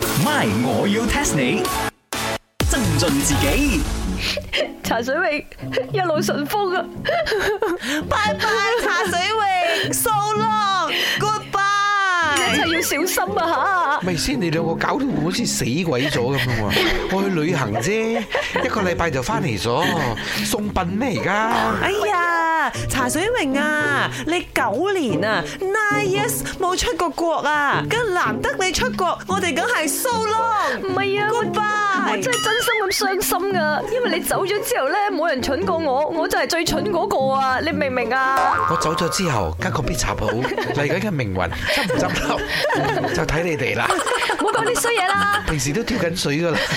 My，我要 test 你。增進自己，茶水榮 一路順風 啊！拜拜，茶水榮，so long，goodbye。一切要小心啊咪先，你兩個搞到我好似死鬼咗咁樣喎！我去旅行啫，一個禮拜就翻嚟咗，送殯咩而家？哎呀，茶水榮啊，你九年啊，nine years 冇出過國啊，咁難得你出國，我哋梗係 so 嚇！ long。 唔係啊，我我 Goodbye 真係真心咁傷心噶，因為你走咗之後咧，冇人蠢過我，我就係最蠢嗰個啊！你明唔明 啊？我走咗之後，間個必插好嚟緊嘅命運執唔執笠，就睇你哋啦。唔好講啲衰嘢啦！平時都跳緊水噶啦，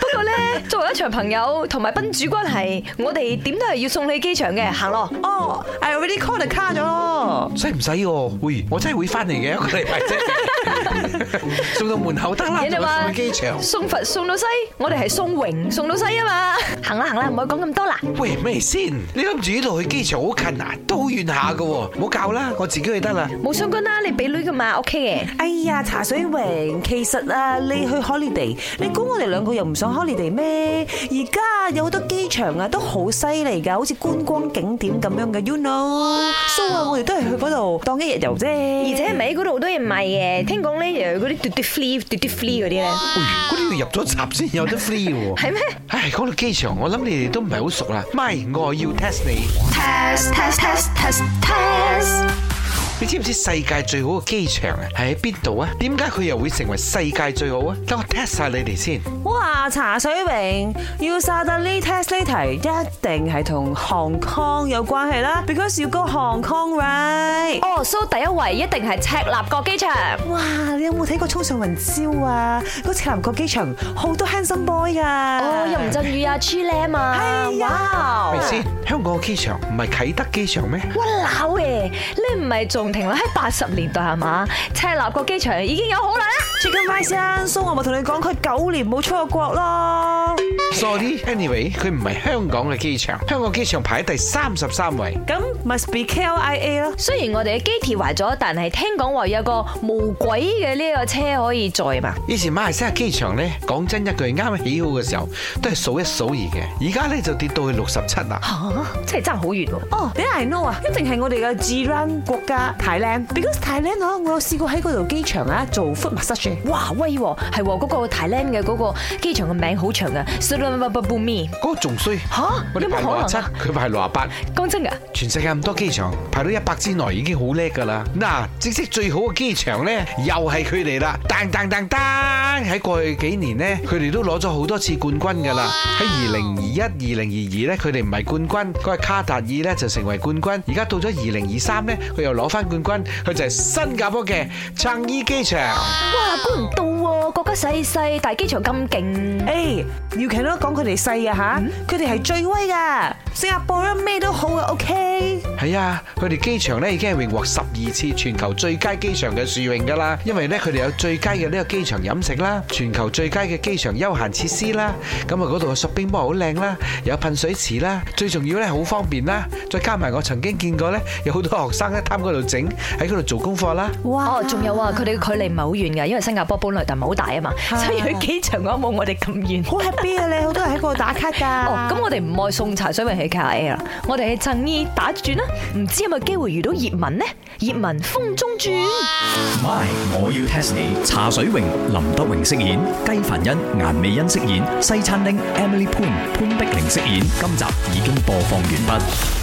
不過咧，作為一場朋友同埋賓主關係，我哋點都係要送你機場嘅，行咯。哦，I already call the car 咗咯。使唔使喎？會，我真係會翻嚟嘅一個禮拜啫， 送到門口得啦，人哋送話去機場。啊送佛送到西，我哋係送榮送到西啊嘛！行啦行啦，唔好講咁多啦。喂，咩先？你諗住呢度去機場好近啊，都好遠下噶喎，唔好搞啦，我自己去得啦。冇相干啦，你俾女噶嘛，OK 嘅。哎呀，茶水榮，其實啊，你去 holiday，你估我哋兩個又唔想 holiday 咩？而家有好多機場啊，都好犀利㗎，好似觀光景點咁樣嘅，you know，so 啊，我哋都係去嗰度當一日遊啫。而且美嗰度好多嘢賣嘅，聽講咧又有嗰啲 duty free、duty free 嗰啲咧，喂，嗰啲要入咗閘先有得 free 喎。係咩？唉，講到機場，我諗你哋都唔係好熟啦。咪，我要 test 你。 test test test test test 你知唔知世界最好嘅機場啊係喺邊度啊？點解佢又會成為世界最好啊？等我 test 晒你哋先。哇！茶水榮要沙得呢 test 呢題，一定係同 Hong Kong 有關係啦，because you go Hong Kong right？哦，所以第一位一定係赤鱲角機場。哇！你有冇睇過《衝上雲霄》啊？嗰赤鱲角機場好多 handsome boy 㗎。哦，任振宇啊 c h i l e 啊嘛，係啊咪先？香港嘅機場唔係啟德機場咩？哇鬧嘅，你唔係仲停留喺八十年代係嘛？赤鱲角機場已經有好耐啦。 Chicken Rice 啊，蘇我咪同你講，佢九年冇出過國咯。 Sorry，anyway，佢唔係香港嘅機場，香港機場排喺第三十三位。咁 must be KLIA 咯。雖然我哋嘅機鐵壞咗，但係聽講話有個無軌嘅呢個車可以載嘛。以前馬來西亞機場呢，講真一句，啱起好嘅時候都係數一數二嘅，而家呢就跌到去六十七啦。嚇，真係爭好遠喎。哦，你 I know à? 啊，一定係我哋嘅 Giran 國家泰land because 泰 land 啊，我有試過喺嗰度機場啊做 foot massage 嘅。哇威喎，係喎，嗰個 Thailand 嘅嗰個機場嘅名好長嘅 s u r a m a b u m i 嗰個仲衰吓我哋有冇排可六能十七啊，佢排六十八。講真㗎，全世界咁多機場，排到一百之內已經好叻噶啦。嗱，正式最好嘅機場呢，又係佢哋啦。噔噔噔噔，喺過去幾年呢，佢哋都攞咗好多次冠軍噶啦。喺二零二一、二零二二呢，佢哋唔係冠軍，佢係卡塔爾呢就成為冠軍。而家到咗二零二三呢，佢又攞翻冠軍，佢就係新加坡嘅樟宜機場。哇估唔到喎，國家細細，但係機場咁勁。誒，you cannot 講佢哋細啊嚇，佢哋係最威噶，新加坡咩都好嘅，OK。係啊，佢哋機場咧已經係榮獲十二次全球最佳機場嘅殊榮㗎啦，因為咧佢哋有最佳嘅呢個機場飲食啦，全球最佳嘅機場休閒設施啦，咁啊嗰度嘅 shopping mall 好靚啦，有噴水池啦，最重要咧好方便啦，再加埋我曾經見過咧有好多學生咧貪嗰度整喺嗰度做功課啦，哦，仲有啊，佢哋嘅距離唔係好遠㗎，因為新加坡本來就唔係好大啊 嘛，所以佢機場嗰冇我哋咁遠。 好 happy à, 啊你，好多人喺嗰度打卡㗎。哦，咁我哋唔愛送茶水榮去 K A 啦，我哋去贈醫打轉啦，唔知有冇機會遇到葉文呢？葉文風中轉。 My，我要 test 你。茶水榮、林德榮飾演，雞凡欣、顏美欣飾演，西餐廳 Emily Poon 潘碧玲飾演。今集已經播放完畢。